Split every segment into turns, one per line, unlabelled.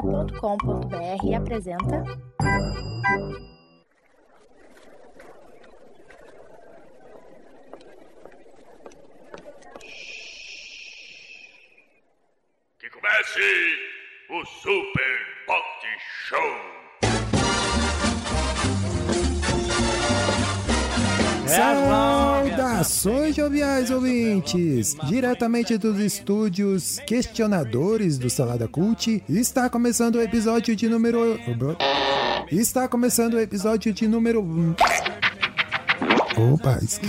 Saladacult.com.br apresenta
Que comece o Super Pot Show!
Saudações joviais ouvintes! Diretamente dos estúdios questionadores do Salada Cult, está começando o episódio de número. Está começando o episódio de número. Opa! esque-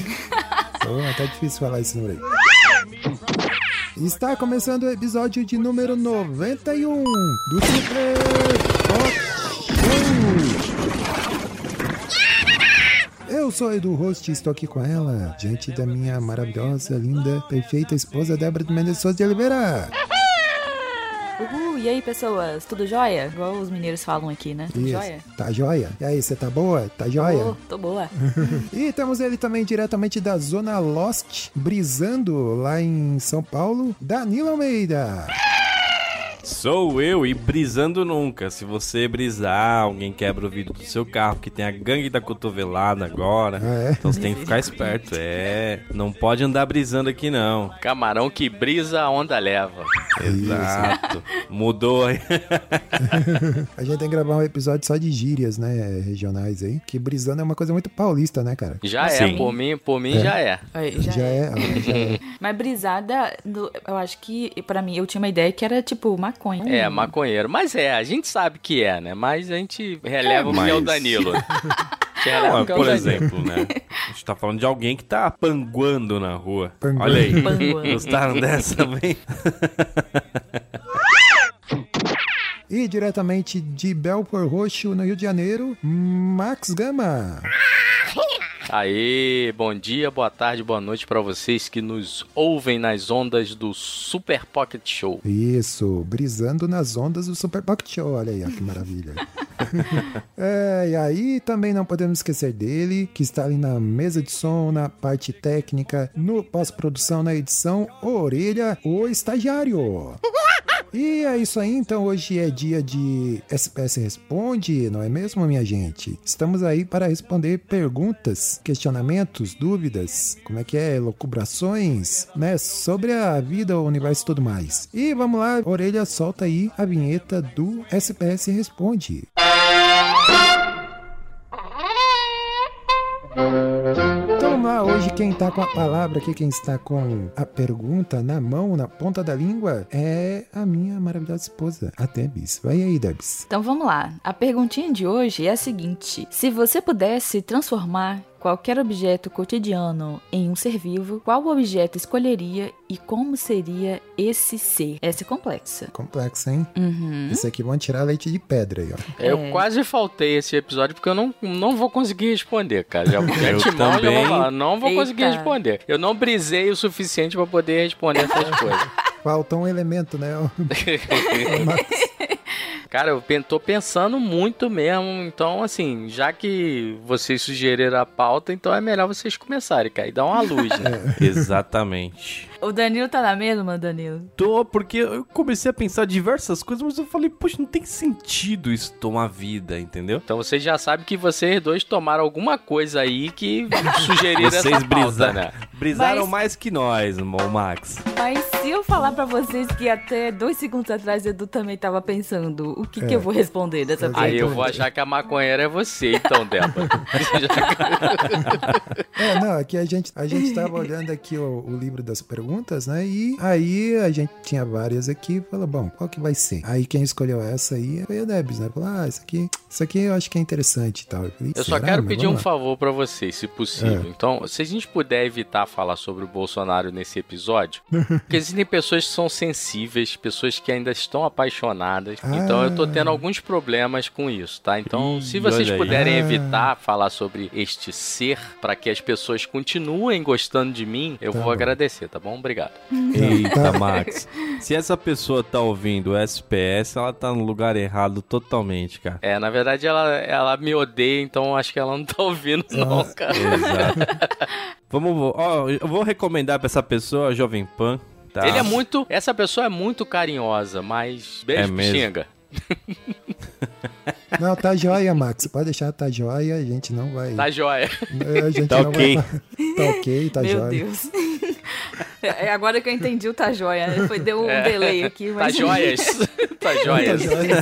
Oh, tá difícil falar esse número aí. Está começando o episódio de número 91 do Super Hot Show. Eu sou Edu Host e estou aqui com ela, diante da minha maravilhosa, linda, perfeita esposa Débora de Mendes Souza de Oliveira.
Tá Uhul, e aí pessoas, tudo jóia? Igual os mineiros falam aqui, né? Tudo
Isso.
Jóia?
Tá joia? E aí, você tá boa? Tá joia?
Tô, tô boa.
E temos ele também diretamente da Zona Lost, brisando lá em São Paulo, Danilo Almeida.
Sou eu e brisando nunca. Se você brisar, alguém quebra o vidro do seu carro, que tem a gangue da cotovelada agora.
Ah, é?
Então você tem que ficar esperto. É, não pode andar brisando aqui não.
Camarão que brisa, a onda leva.
Exato. Mudou aí.
A gente tem que gravar um episódio só de gírias, né, regionais aí. Que brisando é uma coisa muito paulista, né, cara?
Já
Sim.
é, por mim, por mim já é.
Aí, já
Já
é.
é. ah, já é.
Mas brisada, do- eu acho que, pra mim, eu tinha uma ideia que era tipo maconha.
É, maconheiro. Mas é, a gente sabe que é, né? Mas a gente releva o que é o
mas-
Danilo. A gente releva o que é o
Por
Danilo.
exemplo, né? A gente tá falando de alguém que tá panguando na rua.
Panguando.
Olha aí.
Panguando.
Gostaram dessa também?
E diretamente de Belpor Roxo, no Rio de Janeiro, Max Gama.
Aí, bom dia, boa tarde, boa noite pra vocês que nos ouvem nas ondas do Super Pocket Show.
Isso, brisando nas ondas do Super Pocket Show. Olha aí, ó, que maravilha. É, e aí também não podemos esquecer dele, que está ali na mesa de som, na parte técnica, no pós-produção, na edição, orelha, o estagiário. E é isso aí, então hoje é dia de SPS Responde, não é mesmo, minha gente? Estamos aí para responder perguntas, questionamentos, dúvidas, como é que é, locubrações, né, sobre a vida, o universo e tudo mais. E vamos lá, orelha, solta aí a vinheta do SPS Responde. Então vamos lá, hoje quem tá com a palavra aqui, quem está com a pergunta na mão, na ponta da língua, é a minha maravilhosa esposa, a Debs. Vai aí, Debs.
Então vamos lá. A perguntinha de hoje é a seguinte: se você pudesse transformar qualquer objeto cotidiano em um ser vivo, qual objeto escolheria e como seria esse ser? Essa é complexa.
Complexo, hein?
Uhum.
Isso aqui vão tirar leite de pedra aí, ó.
Eu
É.
quase faltei esse episódio porque eu não, não vou conseguir responder, cara. Já, já te mal, já
também.
vou falar. Não vou conseguir
Eita.
responder. Eu não brisei o suficiente pra poder responder essas coisas.
Falta um elemento, né?
Cara, eu pen- tô pensando muito mesmo. Então, assim, já que vocês sugeriram a pauta, então é melhor vocês começarem, cara. E dar uma luz, né?
É. Exatamente.
O Danilo tá na mesma, Danilo?
Tô, porque eu comecei a pensar diversas coisas, mas eu falei, poxa, não tem sentido isso tomar vida, entendeu?
Então vocês já sabem que vocês dois tomaram alguma coisa aí que sugeriram
Vocês
essa pauta,
brisa-
né?
Brisaram
Mas-
mais que nós, irmão Max.
Mas se eu falar pra vocês que até dois segundos atrás Edu também tava pensando, o
É.
que, que eu vou responder dessa
Eu
vez?
Aí eu vou achar que a maconheira é você, então, Débora.
É, não, aqui a gente, a gente tava olhando aqui o, o livro das perguntas, né? E aí a gente tinha várias aqui e falou, bom, qual que vai ser? Aí quem escolheu essa aí foi a Debs, né? Falou, ah, isso aqui, isso aqui eu acho que é interessante e tal. Eu, falei,
Eu só
será?
quero
Mas
pedir um
vamos lá. É.
favor pra vocês, se possível. Então, se a gente puder evitar falar sobre o Bolsonaro nesse episódio, porque existem pessoas que são sensíveis, pessoas que ainda estão apaixonadas.
Ah.
Então, eu tô tendo alguns problemas com isso, tá? Então,
Ih,
se vocês
olha aí.
puderem
Ah.
evitar falar sobre este ser pra que as pessoas continuem gostando de mim, eu
Tá
vou
bom.
agradecer, tá bom? Obrigado.
Eita, Max. Se essa pessoa tá ouvindo o SPS, ela tá no lugar errado totalmente, cara.
É, na verdade, ela, ela me odeia, então acho que ela não tá ouvindo,
Ah.
não, cara.
Exato. Vamos, ó, eu vou recomendar pra essa pessoa, a Jovem Pan, Tá.
Ele é muito. Essa pessoa é muito carinhosa, mas. Beijo,
É mesmo.
xinga.
Não, tá joia, Max. Pode deixar, tá joia. A gente não vai.
Tá joia.
A gente
Tá
não
ok.
Vai... Tá ok, tá
Meu
joia.
Deus. É agora que eu entendi o tá joia. né? Foi, deu um delay aqui.
Tá
Mas...
joias. Tá
Tá
joias.
joia.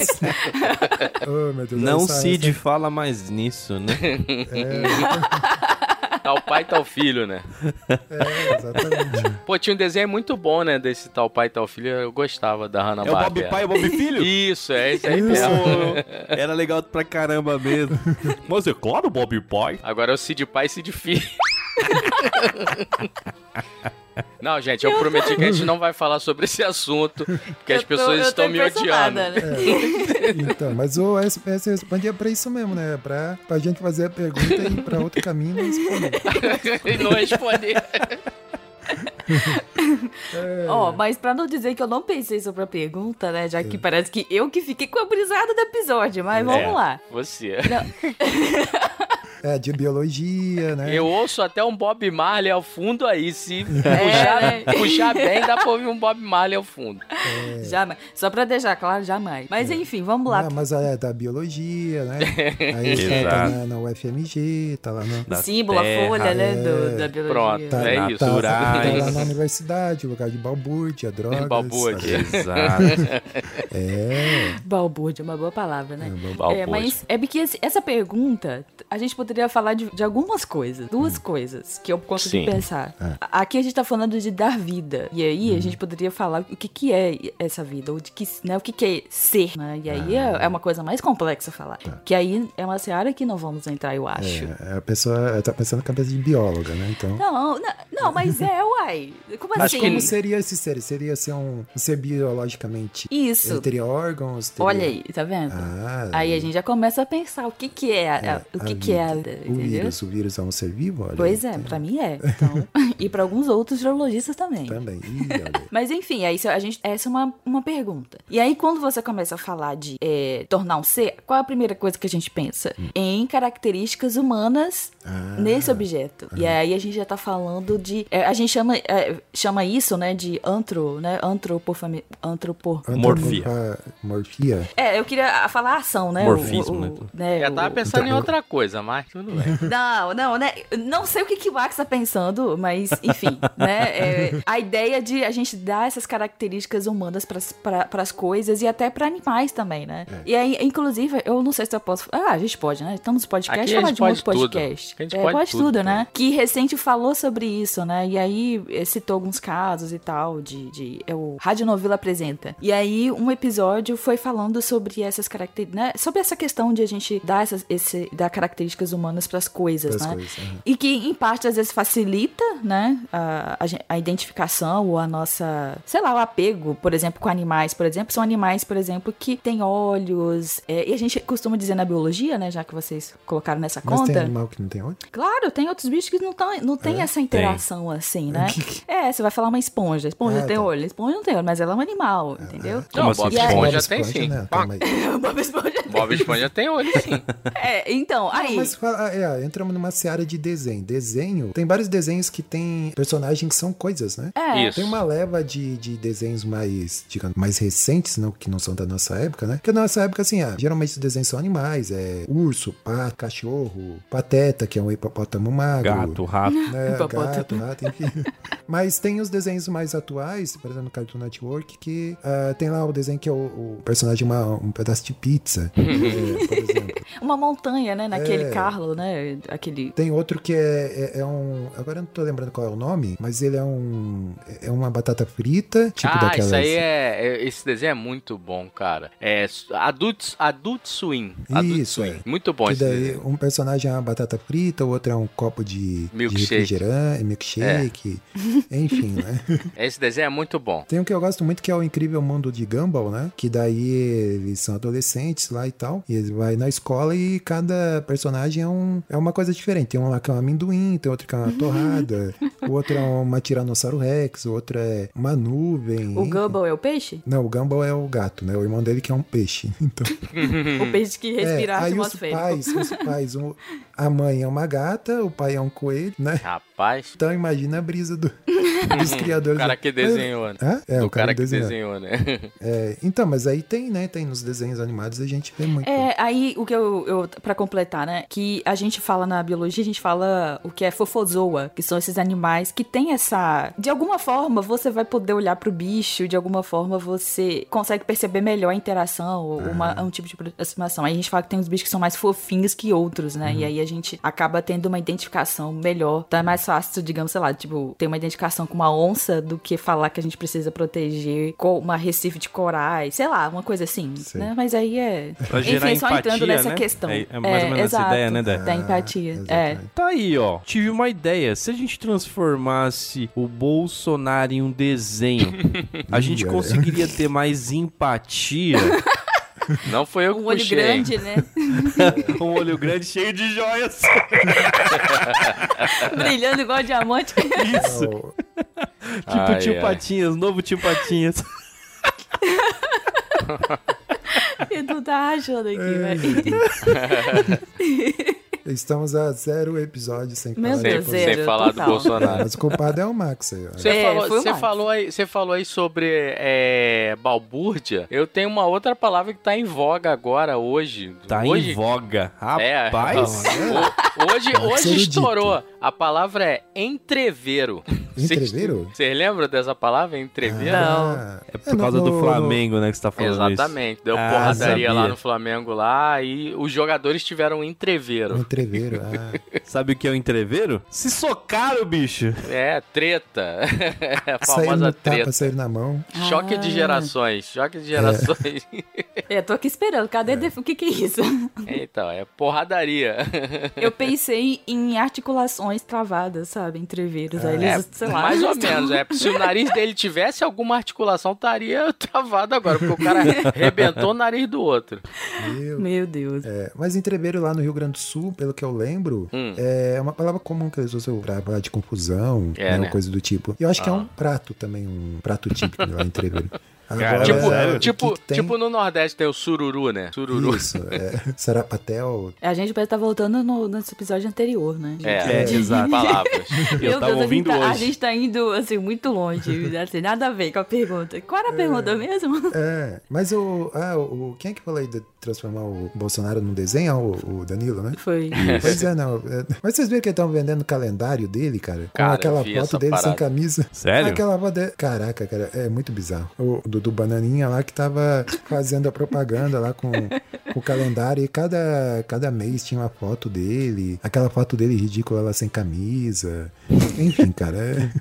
oh, meu Deus,
Não,
essa-
Cid, fala mais nisso, né?
Tal pai, tal filho, né?
essa- É, exatamente.
Pô, tinha um desenho muito bom, né? Desse tal pai, tal filho. Eu gostava da Hanna
É o Bob Pai e o Bob Filho?
Isso, é isso aí
Isso.
mesmo.
Pô, era legal pra caramba mesmo. Mas é claro, Bob Pai.
Agora é o Cid pai e Cid filho. Não, gente, eu prometi que a gente não vai falar sobre esse assunto, porque
Eu
as
tô-
pessoas
eu tô
estão me odiando.
impressionada, né?
Então, mas o SPS respondia pra isso mesmo, né? Pra, pra gente fazer a pergunta e ir pra outro caminho. Mas, pô,
e não responder.
É,
Ó, mas pra não dizer que eu não pensei sobre a pergunta, né? Já que
É.
parece que eu que fiquei com a brisada do episódio, mas
É.
vamos lá.
Você.
é, de biologia, né?
Eu ouço até um Bob Marley ao fundo aí. Se
É, né?
puxar, puxar bem, dá pra ouvir um Bob Marley ao fundo.
É.
Jamais. Só pra deixar claro, jamais. Mas enfim, vamos lá.
Ah, mas é da biologia, né? Aí tá
Exato.
na, na UFMG, tá lá na.
Da
Símbolo, a
terra.
folha, né? Do, da biologia.
Pronto.
Tá,
É
tá-
isso.
tá- tá lá
Naturais.
na universidade, lugar de balbúrdia, drogas. tá
Balbúrdia.
Exato.
É,
Balbúrdia, uma boa palavra, né?
Balbúrdia.
É, mas é porque esse- essa pergunta, a gente poderia falar de, de algumas coisas, duas
Hum.
coisas que eu consegui
Sim.
pensar.
É.
A- Aqui a gente tá falando de dar vida, e aí
Uhum.
a gente poderia falar o que que é essa vida, ou de que, né, o que que é ser, né? E aí
Ah.
é, é uma coisa mais complexa falar, que aí é uma seara que não vamos entrar, eu acho.
Tá. é, a pessoa tá pensando na cabeça de bióloga, né? Então.
Não, não, não, mas é, uai, como
Mas
assim?
como seria esse ser? Seria ser um, um ser biologicamente.
Isso.
Ele teria órgãos? Teria...
Olha aí, tá vendo?
Ah,
Aí a gente já começa a pensar o que que é, a-
É,
o que
a
que é, a-
vida. O
entendeu?
vírus, o vírus é um ser vivo? Olha,
Pois é,
então,
pra mim é. Então, e pra alguns outros virologistas também.
Tá.
Também. Ih, olha.
Mas enfim, aí se a gente, essa é uma, uma pergunta. E aí, quando você começa a falar de é, tornar um ser, qual é a primeira coisa que a gente pensa?
Hum.
Em características humanas
Ah,
nesse objeto. E aí a gente já tá falando de. é, a gente chama, é, chama isso, né, de antro, né? Antropofami, antropor.
antropo-
Morfia.
ah, Morfia?
É, eu queria ah, falar a ação, né? o-
Morfismo,
o-
né?
o- né?
Eu tava
o-
pensando
Então,
em outra coisa, mas tudo bem.
assim?
Não, não, né? Não sei o que, que o Max tá pensando, mas enfim, né? É, a ideia de a gente dar essas características humanas pras, pra, pras coisas e até pra animais também, né?
É.
E aí, inclusive, eu não sei se eu posso. Ah, a gente pode, né? Estamos no podcast,
Aqui a
falar
gente
de um outro
pode tudo.
podcast.
Aqui a gente pode tudo,
né? Que recente falou sobre isso, né? E aí eh, citou alguns casos e tal de. de é o Rádio Novila apresenta. E aí, um episódio foi falando sobre essas características, né? Sobre essa questão de a gente dar essas esse, dar características humanas pras coisas,
Pras
né?
coisas, aham.
E que, em parte, às vezes facilita, né, a, a gen- a identificação ou a nossa, sei lá, o apego, por exemplo, com animais, por exemplo. São animais, por exemplo, que têm olhos. é, e a gente costuma dizer na biologia, né, já que vocês colocaram nessa
Mas tem
conta.
animal que não tem olho?
Claro, tem outros bichos que não, tão, não
É?
tem essa interação assim, né? é, você vai falar uma esponja. Esponja
Ah,
tem
tá.
olho, esponja não tem olho, mas ela é um animal, entendeu?
Como
não,
assim,
Bob
esponja?
Esponja
Bob
É, tem sim.
Não, né? calma aí.
Bob Esponja tem.
Bob Esponja tem olho sim.
É, então, aí.
Mas fala- é, entramos numa seara de desenho. Desenho, tem vários desenhos que tem personagens que são coisas, né?
É.
Isso.
Tem uma leva de, de desenhos mais, digamos, mais recentes, não, que não são da nossa época, né? Porque na nossa época, assim, ah, geralmente os desenhos são animais, é urso, pato, cachorro, pateta, que é um hipopótamo magro.
Gato, rato.
Né,
Hipopótamo.
gato, rato, enfim. Mas tem os desenhos mais atuais, por exemplo, no Cartoon Network, que ah, tem lá o desenho que é o, o personagem uma, um pedaço de pizza, é, por exemplo.
Uma montanha, né? Naquele
É.
Carlo, né? Aquele.
Tem outro que é, é, é um. Agora eu não tô lembrando qual é o nome, mas ele é um. É uma batata frita, tipo
ah,
daquelas.
isso aí é, é- Esse desenho é muito bom, cara. É s- Adult, adult Swim. Adult
Isso,
Swim.
é.
Muito bom
Que
esse
daí
desenho.
um personagem é uma batata frita, o outro é um copo de, de
Milkshake. É.
refrigerante, milkshake, enfim, né?
Esse desenho é muito bom.
Tem um que eu gosto muito que é o Incrível Mundo de Gumball, né? Que daí eles são adolescentes lá e tal, e eles vai na escola e cada personagem é, um, é uma coisa diferente. Tem um lá que é um amendoim, tem outro que é uma torrada, o outro é uma Tiranossauro Rex, o outro é uma nuvem.
O
enfim.
Gumball é o peixe?
Não, o Gumball é o gato, né? O irmão dele que é um peixe, então...
O peixe que
É,
respira a
aí os
atmosfera.
pais, os pais, um- a mãe é uma gata, o pai é um coelho, né?
Rapaz. hum,
Então imagina a brisa do, dos
O
criadores.
cara que desenhou, né?
Hã? É,
Do
o cara, que desenhou.
né?
É, então, mas aí tem, né? Tem nos desenhos animados a gente vê muito.
É, aí o que eu, eu para completar, né? Que a gente fala na biologia, a gente fala o que é fofozoa, que são esses animais que tem essa, de alguma forma você vai poder olhar pro bicho, de alguma forma você consegue perceber melhor a interação ou uma- um tipo de aproximação. Aí a gente fala que tem uns bichos que são mais fofinhos que outros, né?
Uhum.
E aí a gente acaba tendo uma identificação melhor. Então é mais fácil, digamos, sei lá, tipo, ter uma identificação com uma onça do que falar que a gente precisa proteger com uma recife de corais, sei lá, uma coisa assim,
Sim.
né? Mas aí é
Pra gerar
só
empatia,
entrando nessa
né?
questão.
É- é mais ou menos essa
exato,
ideia, né, Dé?
Da empatia. é.
exatamente.
Tá aí, ó. Tive uma ideia. Se a gente transformasse o Bolsonaro em um desenho, a gente
Ih,
conseguiria ter mais empatia.
Não foi eu que
Um olho
puxei.
grande, né?
um olho grande cheio de joias.
Brilhando igual diamante.
Isso.
Então,
Tipo
Ai,
tio
ai.
Patinhas, novo tio Patinhas.
Edu tá rachando aqui, velho.
estamos a zero episódio sem
Meu
falar de
Sem,
Deus,
política.
zero,
sem falar
total.
do
É,
Bolsonaro.
Mas o culpado é o Max aí, ó.
Você,
É,
falou,
foi o
você,
Max.
falou aí, você falou aí sobre é, balbúrdia. Eu tenho uma outra palavra que tá em voga agora, hoje.
Tá
hoje,
em voga.
É,
Rapaz.
o-
Tem que
hoje,
ser
hoje
erudito.
estourou. A palavra é entrevero. Vocês-
Entrevero?
Vocês lembram dessa palavra, entrevero?
Ah,
É por causa
no-
do
no-
Flamengo, né, que você tá falando isso.
Exatamente. Deu
Ah,
porradaria
sabia.
lá no Flamengo lá e os jogadores tiveram um
no
entrevero.
Entrevero, ah.
Sabe o que é o entreveiro? Se socaram, bicho.
É, treta. A
Sair no
famosa
tapa,
treta.
sair na mão.
assim.
Choque
Ah.
de gerações, choque de gerações.
Eu É, tô aqui esperando. Cadê? def- O que que é isso?
então, é porradaria.
Eu pensei em articulações travadas, sabe? Entreveiros. Aí
É.
eles,
É,
sei lá.
Mais ou menos, é. Se o nariz dele tivesse alguma articulação, estaria travado agora, porque o cara arrebentou o nariz do outro.
Meu.
Meu Deus.
É, mas entrevero lá no Rio Grande do Sul, pelo que eu lembro,
Hum.
é uma palavra comum que eles usam pra falar de confusão,
É,
né,
né?
ou coisa do tipo. E eu acho que é um
Ah.
prato também, um prato típico lá entrevero.
Cara,
Agora,
Tipo,
sério?
o que
tipo,
que tem?
tipo no Nordeste tem o sururu, né? Sururu.
Isso, é, sarapatel,
A gente parece que tá voltando no, nesse episódio anterior, né? gente?
É,
É, exato.
palavras.
Eu
Meu
tava
Deus,
ouvindo
a gente, tá, a
hoje.
gente tá indo, assim, muito longe. Assim, nada a ver com a pergunta. Qual era a pergunta mesmo?
É, mas o, ah, o. Quem é que falou aí de transformar o Bolsonaro num desenho? Ah, O, o Danilo, né?
Foi.
Pois é, não. é. Mas vocês viram que estão vendendo o calendário dele, cara? Com
Cara, eu
aquela
vi
foto
essa
dele sem
parada.
camisa.
Sério?
Aquela foto dele. Caraca, cara, é muito bizarro. O do, do Bananinha lá que tava fazendo a propaganda lá com, com o calendário e cada, cada mês tinha uma foto dele. Aquela foto dele ridícula lá sem camisa. Enfim, cara, é.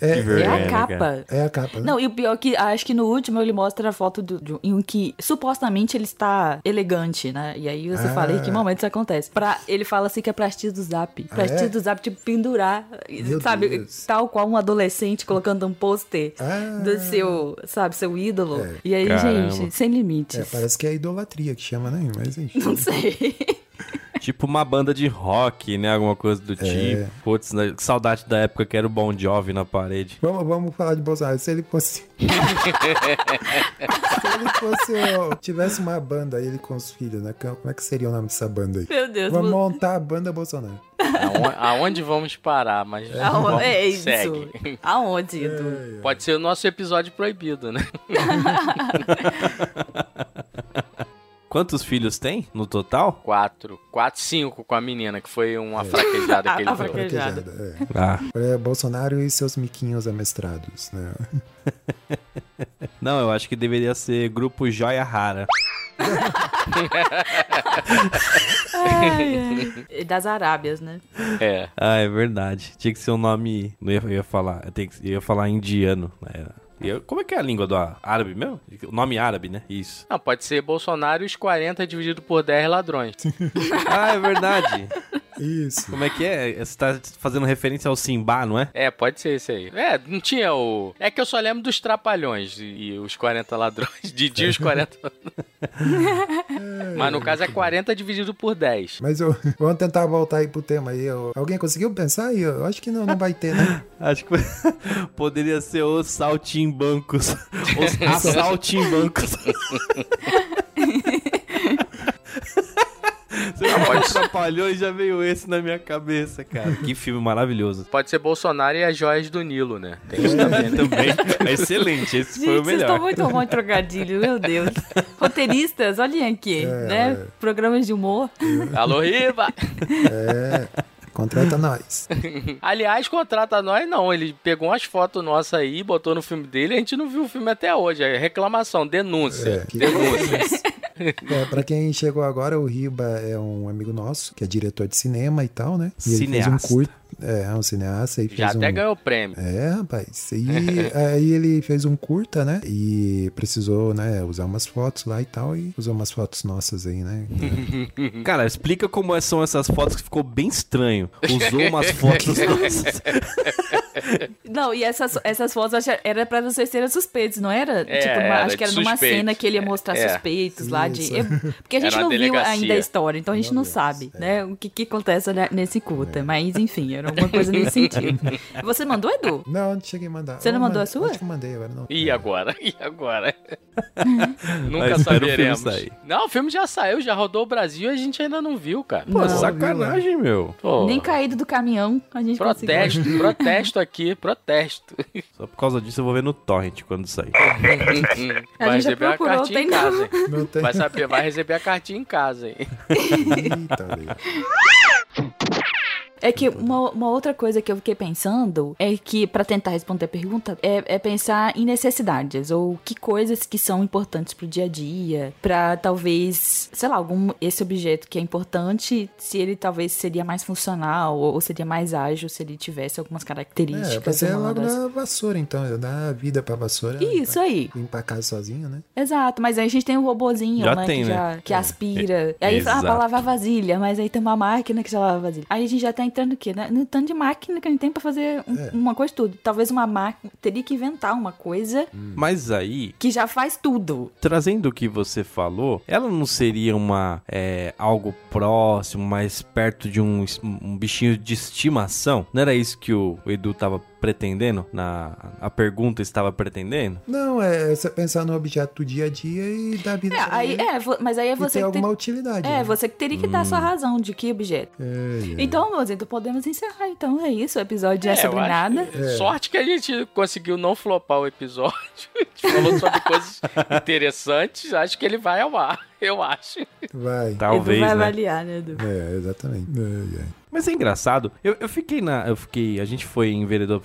É,
Que
É
É,
a
né,
capa.
cara?
é a capa. né?
Não, e o pior é que acho que no último ele mostra a foto do, de um- em um que supostamente ele está elegante, né? E aí você
Ah.
fala, em que momento isso acontece? Pra, ele fala assim que é pra estilo do zap. Pra
Ah, é?
estilo do zap, tipo, pendurar, e,
Meu
sabe?
Deus.
Tal qual um adolescente colocando um pôster
Ah.
do seu, sabe, seu ídolo.
É.
E aí,
Caramba.
gente, sem
É,
limites.
parece que é a idolatria que chama, né? Mas enfim.
Não sei.
Tipo uma banda de rock, né? Alguma coisa do tipo. Putz, né, que saudade da época que era o Bon Jovi na parede.
Vamos, vamos falar de Bolsonaro. Se ele fosse. Se ele fosse. ó, tivesse uma banda aí, ele com os filhos, né? Como é que seria o nome dessa banda aí?
Meu Deus.
Vamos
mo-
montar a banda Bolsonaro.
Aon- Aonde vamos parar, mas
Aonde,
vamos-
é isso.
segue.
Aonde,
É.
Edu?
Pode ser o nosso episódio proibido, né?
Quantos filhos tem no total?
Quatro, quatro, cinco com a menina, que foi uma fraquejada que ele
A
deu.
fraque-
Fraquejada, é.
Ah,
É, Bolsonaro e seus miquinhos amestrados, né?
não, eu acho que deveria ser grupo Joia Rara.
Ai, ai. Das Arábias, né?
É.
Ah, é verdade. Tinha que ser um nome. Não ia, eu ia falar. Eu, tenho que- eu ia falar indiano. né? E eu- como é que é a língua do á- árabe mesmo? O nome árabe, né? Isso.
Não, pode ser Bolsonaro e os 40 dividido por 10 ladrões.
Ah, é verdade.
Isso.
Como é que é? Você tá fazendo referência ao Simba, não é?
É, pode ser isso aí. É, não tinha o. É que eu só lembro dos Trapalhões e, e os 40 ladrões. Didi e os 40 ladrões. Mas no caso é 40 dividido por 10.
Mas eu, vamos tentar voltar aí pro tema aí. ó. Alguém conseguiu pensar aí? Eu acho que não, não vai ter, né?
Acho que poderia ser os saltimbancos. Os assaltimbancos. Você não
Pode ser.
Trapalhões já veio esse na minha cabeça, cara. Que filme maravilhoso.
Pode ser Bolsonaro e as joias do Nilo, né? Tem isso também, né?
Também é excelente, esse foi
Gente,
o
vocês estão
melhor.
muito bons de trocadilho, meu Deus. Roteiristas, olhem aqui,
É,
né? Programas de humor.
Alô, Riva!
Contrata nós.
Aliás, contrata nós não. Ele pegou umas fotos nossas aí, botou no filme dele, a gente não viu o filme até hoje. É reclamação, denúncia.
É, que- É, pra quem chegou agora, o Riba é um amigo nosso, que é diretor de cinema e tal, né? E Ele fez
Cineasta.
um curto. É, é um cineasta. e
Já
fez um...
até ganhou o prêmio.
É, rapaz. E aí ele fez um curta, né? E precisou, né, usar umas fotos lá e tal. E usou umas fotos nossas aí, né?
Uhum.
Cara, explica como é- são essas fotos que ficou bem estranho. Usou umas fotos nossas.
Não, e essas, essas fotos acho- era pra vocês serem suspeitos, não era?
É,
tipo, uma-
era
acho que era
de
numa
suspeito.
cena que ele ia mostrar
É.
suspeitos lá de. eu- porque a
Era
gente
uma
não viu
delegacia.
ainda a história, então a gente
Meu
não
Deus, é.
sabe, né? O que, que acontece ali- nesse curta. Mas enfim, era alguma coisa nesse sentido. Você mandou, Edu?
Não, não cheguei a mandar.
Você não
Eu
mandou
mand-
a sua?
Acho que eu mandei agora, não.
E agora? E agora? Nunca
Mas espera o filme
saberemos.
sair.
não, o filme já saiu, já rodou o Brasil e a gente ainda não viu, cara.
Pô,
Não.
sacanagem, meu.
Pô,
Nem caído do caminhão, a gente conseguiu.
protesto, protesto aqui, protesto.
Só por causa disso eu vou ver no torrent quando sair.
A
vai
gente já
receber a
procurou,
cartinha em
tem
casa,
não.
hein?
Não tem.
Vai, saber, vai receber a cartinha em casa, hein?
Eita, velho.
É que uma, uma outra coisa que eu fiquei pensando é que, pra tentar responder a pergunta, é, é pensar em necessidades ou que coisas que são importantes pro dia a dia, pra talvez, sei lá, algum esse objeto que é importante, se ele talvez seria mais funcional ou, ou seria mais ágil se ele tivesse algumas
É, pra
características
ser logo
humanas.
na vassoura, então. Eu dar vida pra vassoura.
Isso aí,
Pra limpar a casa sozinho, né?
exato. Mas aí a gente tem um robozinho,
Já
né?
tem,
que,
né?
já- que aspira. E aí fala "Ah,
Exato.
pra lavar vasilha, mas aí tem uma máquina que já lava vasilha. Aí a gente já tá entrando o quê? né? No tanto de máquina que a gente tem pra fazer um-
É.
uma coisa tudo. Talvez uma máquina teria que inventar uma coisa
Mas aí,
que já faz tudo.
trazendo o que você falou, ela não seria uma é, algo próximo, mais perto de um, es- um bichinho de estimação? Não era isso que o Edu tava pretendendo? Na, a pergunta estava pretendendo?
Não, é você pensar no objeto do dia a dia e dar vida
É,
pra
aí,
ele
é, vo- mas aí é
e ter
você que
alguma
tem-
utilidade.
É,
né?
você que teria que dar a
Hum.
sua razão de que objeto.
É, é.
Então, meus então podemos encerrar. Então é isso, o episódio é,
É, eu
sobre
acho
nada.
Sorte que a gente conseguiu não flopar o episódio. A gente falou sobre coisas interessantes. Acho que ele vai ao ar, eu acho.
é, Vai.
Talvez,
Edu vai
né?
avaliar, né, Edu?
É, exatamente. É, é.
Mas é engraçado, eu, eu fiquei na. Eu fiquei. A gente foi em vereador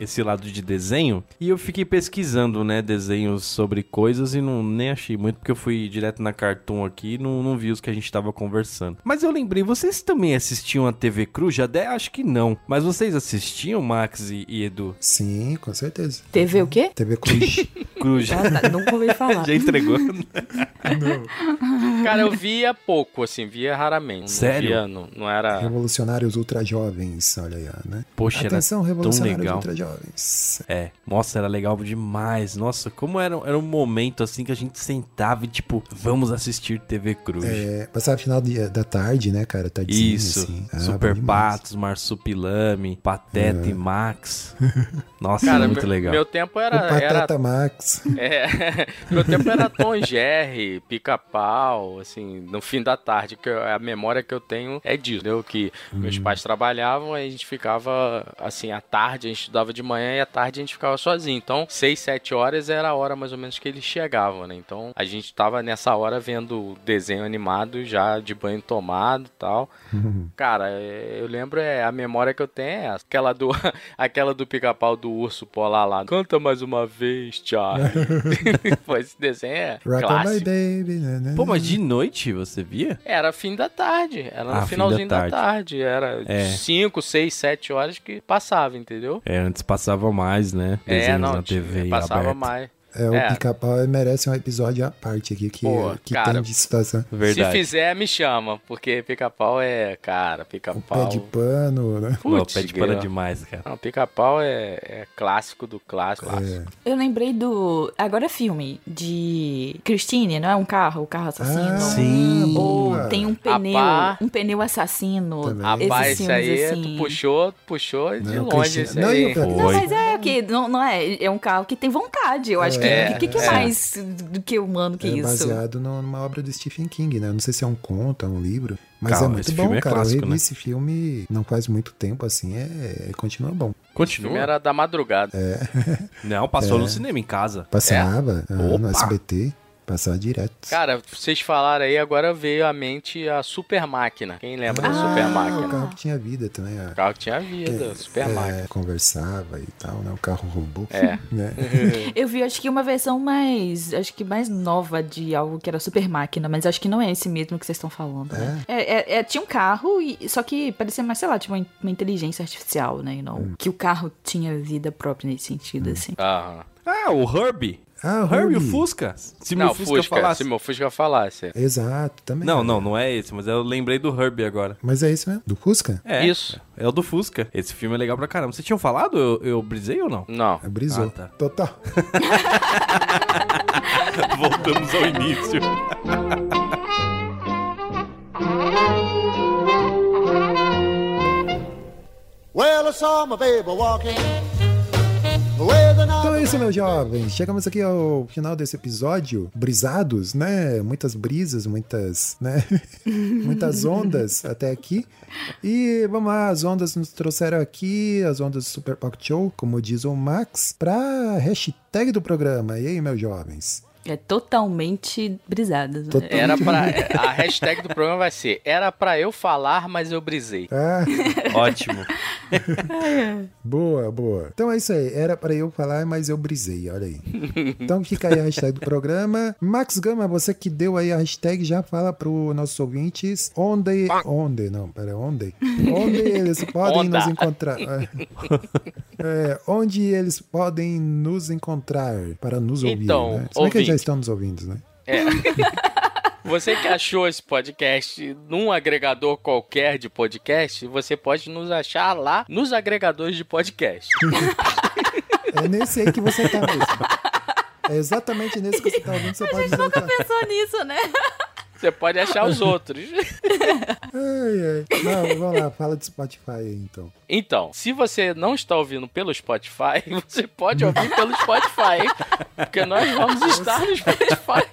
esse lado de desenho. E eu fiquei pesquisando, né? Desenhos sobre coisas e não nem achei muito, porque eu fui direto na Cartoon aqui e não, não vi os que a gente tava conversando. Mas eu lembrei, vocês também assistiam a TV Cruz? Já até acho que não. Mas vocês assistiam, Max e, e Edu?
Sim, com certeza.
TV o quê?
TV Cruz.
Cruz já,
Já, tá, nunca ouvi falar.
já entregou.
Cara, eu via pouco, assim, via raramente. Não
Sério?
via, não, não
Ah.
era.
Revolucionários Ultra Jovens, olha aí, ó, né?
Poxa, era
Atenção, Revolucionários
legal.
Ultra Jovens.
É, nossa, era legal demais. Nossa, como era, era um momento assim que a gente sentava e tipo, vamos assistir TV Cruz.
É, passava final de- da tarde, né, cara? Tardezinha,
Isso.
assim. Ah,
Super
bom demais. É.
Patos, Marsupilame, Pateta e Max. Nossa,
Cara,
muito
meu,
legal.
meu tempo era.
o
era
Pateta Max.
é, meu tempo era Tom e Jerry, pica-pau, assim, no fim da tarde, que eu- a memória que eu tenho é disso, entendeu? Que
Uhum.
meus pais trabalhavam, aí a gente ficava, assim, à tarde, a gente estudava de manhã e à tarde a gente ficava sozinho. Então, seis, sete horas era a hora mais ou menos que eles chegavam, né? Então, a gente tava nessa hora vendo o desenho animado já de banho tomado e tal. Cara, é, eu lembro, é, a memória que eu tenho é essa. Aquela do, aquela do pica-pau do urso polar lá. Canta mais uma vez, Charlie. Pô, esse desenho é
Rock on my
clássico.
baby. né, né,
Pô, mas
né.
de noite você via?
Era fim da tarde, era no
Ah, fim da
finalzinho da tarde.
tarde.
Era
É.
5, 6, 7 horas que passava, entendeu?
É, antes passava mais, né? Desenhos
é, não,
na TV
passava
aberta.
mais.
É, o
é.
Pica-Pau merece um episódio à parte aqui que, é,
Pô,
que
cara.
tem de situação.
Verdade.
Se fizer, me chama, porque pica-pau é, cara,
O pé
pica-pau.
de pano, né?
Pô,
Putz,
pé de pano é
grila.
demais, cara.
Não, pica-pau é, é clássico do clássico.
É.
É.
Eu lembrei do. Agora é filme de Christine, não é um carro? O carro
então assim,
assassino.
Ah,
Sim.
Ou
boa.
tem um pneu,
Apá.
um pneu assassino.
Também.
Rapaz,
Esses
esse aí, é tipo
filmes, assim.
tu puxou, puxou de
né? Não,
longe
Cristina-
esse
Não, e o
aí.
Pica-Pau?
Não, é
Foi.
mas é que não, não é. É um carro que tem vontade. Eu acho Stephen King.
É,
o que, que é,
é.
mais do que humano que
é
isso?
baseado no- numa obra do Stephen King, né? Eu Não sei se é um conto, é um livro, mas
Calma,
é muito
esse
bom,
filme é
cara. eu
clássico,
revi
né?
esse filme não faz muito tempo, assim, é, é- continua bom.
O filme
Continua.
era da madrugada.
É.
Não, passou no cinema em casa.
Passava ah, no
É. Opa!
SBT, passava direto.
Cara, vocês falaram aí, agora veio à mente a Super Máquina. Quem lembra da
Ah,
Super
O
Máquina?
carro que tinha vida também, ó.
O carro que tinha vida, Super Máquina.
É, conversava e tal, né? O carro robô.
É.
Né?
Uhum.
Eu vi, acho que uma versão mais. Acho que mais nova de algo que era super máquina, mas acho que não é esse mesmo que vocês estão falando. né? É, é- é, tinha um carro, e, só que parecia mais, sei lá, tipo uma, in- uma inteligência artificial, né? e não-
Hum.
Que o carro tinha vida própria nesse sentido, assim.
Aham.
Ah, o Herbie.
Ah, o
Herbie e o
Herbie.
Fusca. Se
Não,
meu Fusca, falasse...
se meu Fusca falasse.
Exato, também.
Não, não, não é esse, mas eu lembrei do Herbie agora.
Mas é isso mesmo? Do Fusca?
É.
Isso.
É o do Fusca. Esse filme é legal pra caramba. Vocês tinham falado? Eu, eu brisei ou não?
Não.
É, brisou.
Ah, tá.
Total.
Voltamos ao início.
Well, I saw my baby walking with an
Então é isso, meus jovens. Chegamos aqui ao final desse episódio. Brisados, né? Muitas brisas, muitas, né? muitas ondas até aqui. E vamos lá, as ondas nos trouxeram aqui, as ondas do Super Pocket Show, como diz o Max, pra hashtag do programa. E aí, meus jovens?
É totalmente brisada. né?
Total-
Era pra. A hashtag do programa vai ser: Era pra eu falar, mas eu brisei.
Ah,
Ótimo.
boa, boa. Então é isso aí. Era pra eu falar, mas eu brisei, olha aí. Então fica aí a hashtag do programa. Max Gama, você que deu aí a hashtag, já fala pro nossos ouvintes onde. Onde, não, pera, onde? Onde eles podem
Onda.
nos encontrar. É. É, onde eles podem nos encontrar para nos ouvir,
Então,
né? Se bem que eles já
ouvinte.
estão nos ouvindo, né?
É. Você que achou esse podcast num agregador qualquer de podcast, você pode nos achar lá nos agregadores de podcast.
É nesse aí que você tá mesmo. É exatamente nesse que você tá ouvindo, você pode dizer. que tá-
Pensou nisso, né?
Você pode achar os outros.
Ai, ai. Não, vamos lá, fala de Spotify aí então.
Então, se você não está ouvindo pelo Spotify, você pode ouvir pelo Spotify, porque nós vamos estar no Spotify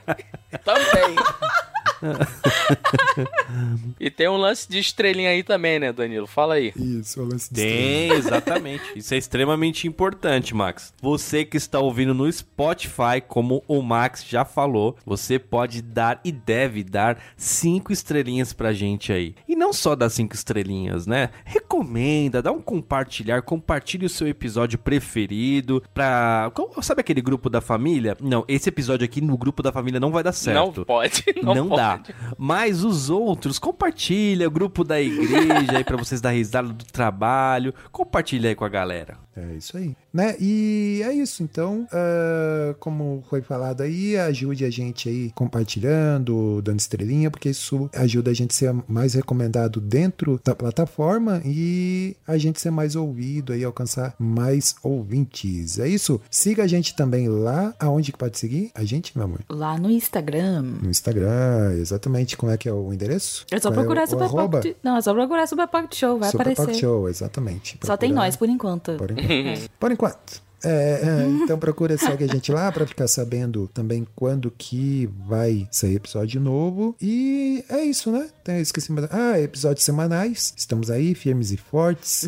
também. E tem um lance de estrelinha aí também, né, Danilo? Fala aí.
Isso, o lance de
Tem, exatamente. Isso é extremamente importante, Max. Você que está ouvindo no Spotify, como o Max já falou, você pode dar e deve dar cinco estrelinhas pra gente aí. E não só dar cinco estrelinhas, né? Recomenda, dá um compartilhar, compartilhe o seu episódio preferido pra... Qual- Sabe aquele grupo da família? Não, esse episódio aqui no grupo da família não vai dar certo.
Não pode, não,
Não,
pode.
dá. Mas os outros, compartilha, o grupo da igreja aí pra vocês dar risada do trabalho. Compartilha aí com a galera.
É isso aí. Né? E é isso. Então, ah, como foi falado aí, ajude a gente aí compartilhando, dando estrelinha, porque isso ajuda a gente a ser mais recomendado dentro da plataforma e a gente ser mais ouvido aí, alcançar mais ouvintes. É isso. Siga a gente também lá. Aonde que pode seguir? A gente, meu amor.
Lá no Instagram.
No Instagram, exatamente. Como é que é o endereço?
É só
Qual
procurar
o- o
Super
arroba?
Pocket. Não, é só procurar Super Pocket Show, vai
Super
aparecer.
Pocket Show, exatamente.
Só tem
Procurar.
nós por enquanto.
Por enquanto. Por enquanto. É, é, então procura segue a gente lá pra ficar sabendo também quando que vai sair episódio novo. E é isso, né? Então, eu esqueci mais. Ah, episódios semanais. Estamos aí, firmes e fortes.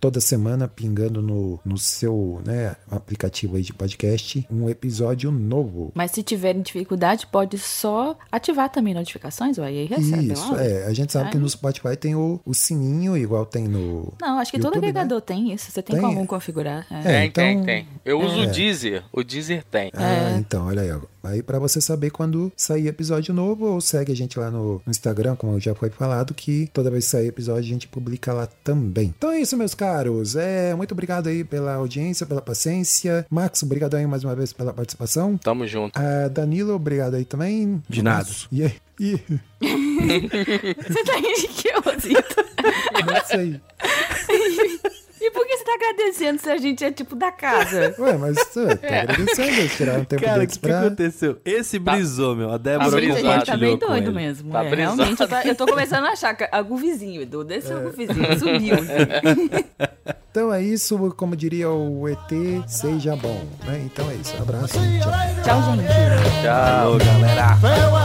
Toda semana pingando no, no seu né, aplicativo aí de podcast um episódio novo.
Mas se tiverem dificuldade, pode só ativar também notificações, uai, aí recebe.
Isso,
ó.
é. A gente sabe
Ai.
que no Spotify tem o, o sininho, igual tem no.
Não, acho que todo
YouTube, né?
agregador tem isso. Você tem,
Tem?
como configurar. é.
É,
Tem, tem,
então-
tem. Eu uso o Deezer. O Deezer tem.
Ah,
É.
então, olha aí. ó. Aí pra você saber quando sair episódio novo, ou segue a gente lá no no Instagram, como já foi falado, que toda vez que sair episódio a gente publica lá também. Então é isso, meus caros. É, muito obrigado aí pela audiência, pela paciência. Max, obrigado aí mais uma vez pela participação.
Tamo junto.
Ah, Danilo, obrigado aí também.
De nada.
E aí? E...
Você tá rindo que eu, Zito?
Não sei.
E por que você tá agradecendo se a gente é tipo da casa?
Ué, mas ué, tá agradecendo eles tiraram um tempo
Cara, o
deles
que,
pra...
aconteceu? Esse Tá. brisou, meu. A Débora
Tá brisado.
Gente, ele tá
compartilhou
bem
com
doido
ele.
mesmo.
Tá
é,
brisado.
realmente, é eu, tá- eu tô começando a achar que algum vizinho, Edu. Desse algum vizinho, sumiu. assim.
Então é isso, como diria o ET, seja bom. né? Então é isso, abraço.
See you
Tchau.
later,
Tchau, gente.
alligator.
Tchau.
Farewell.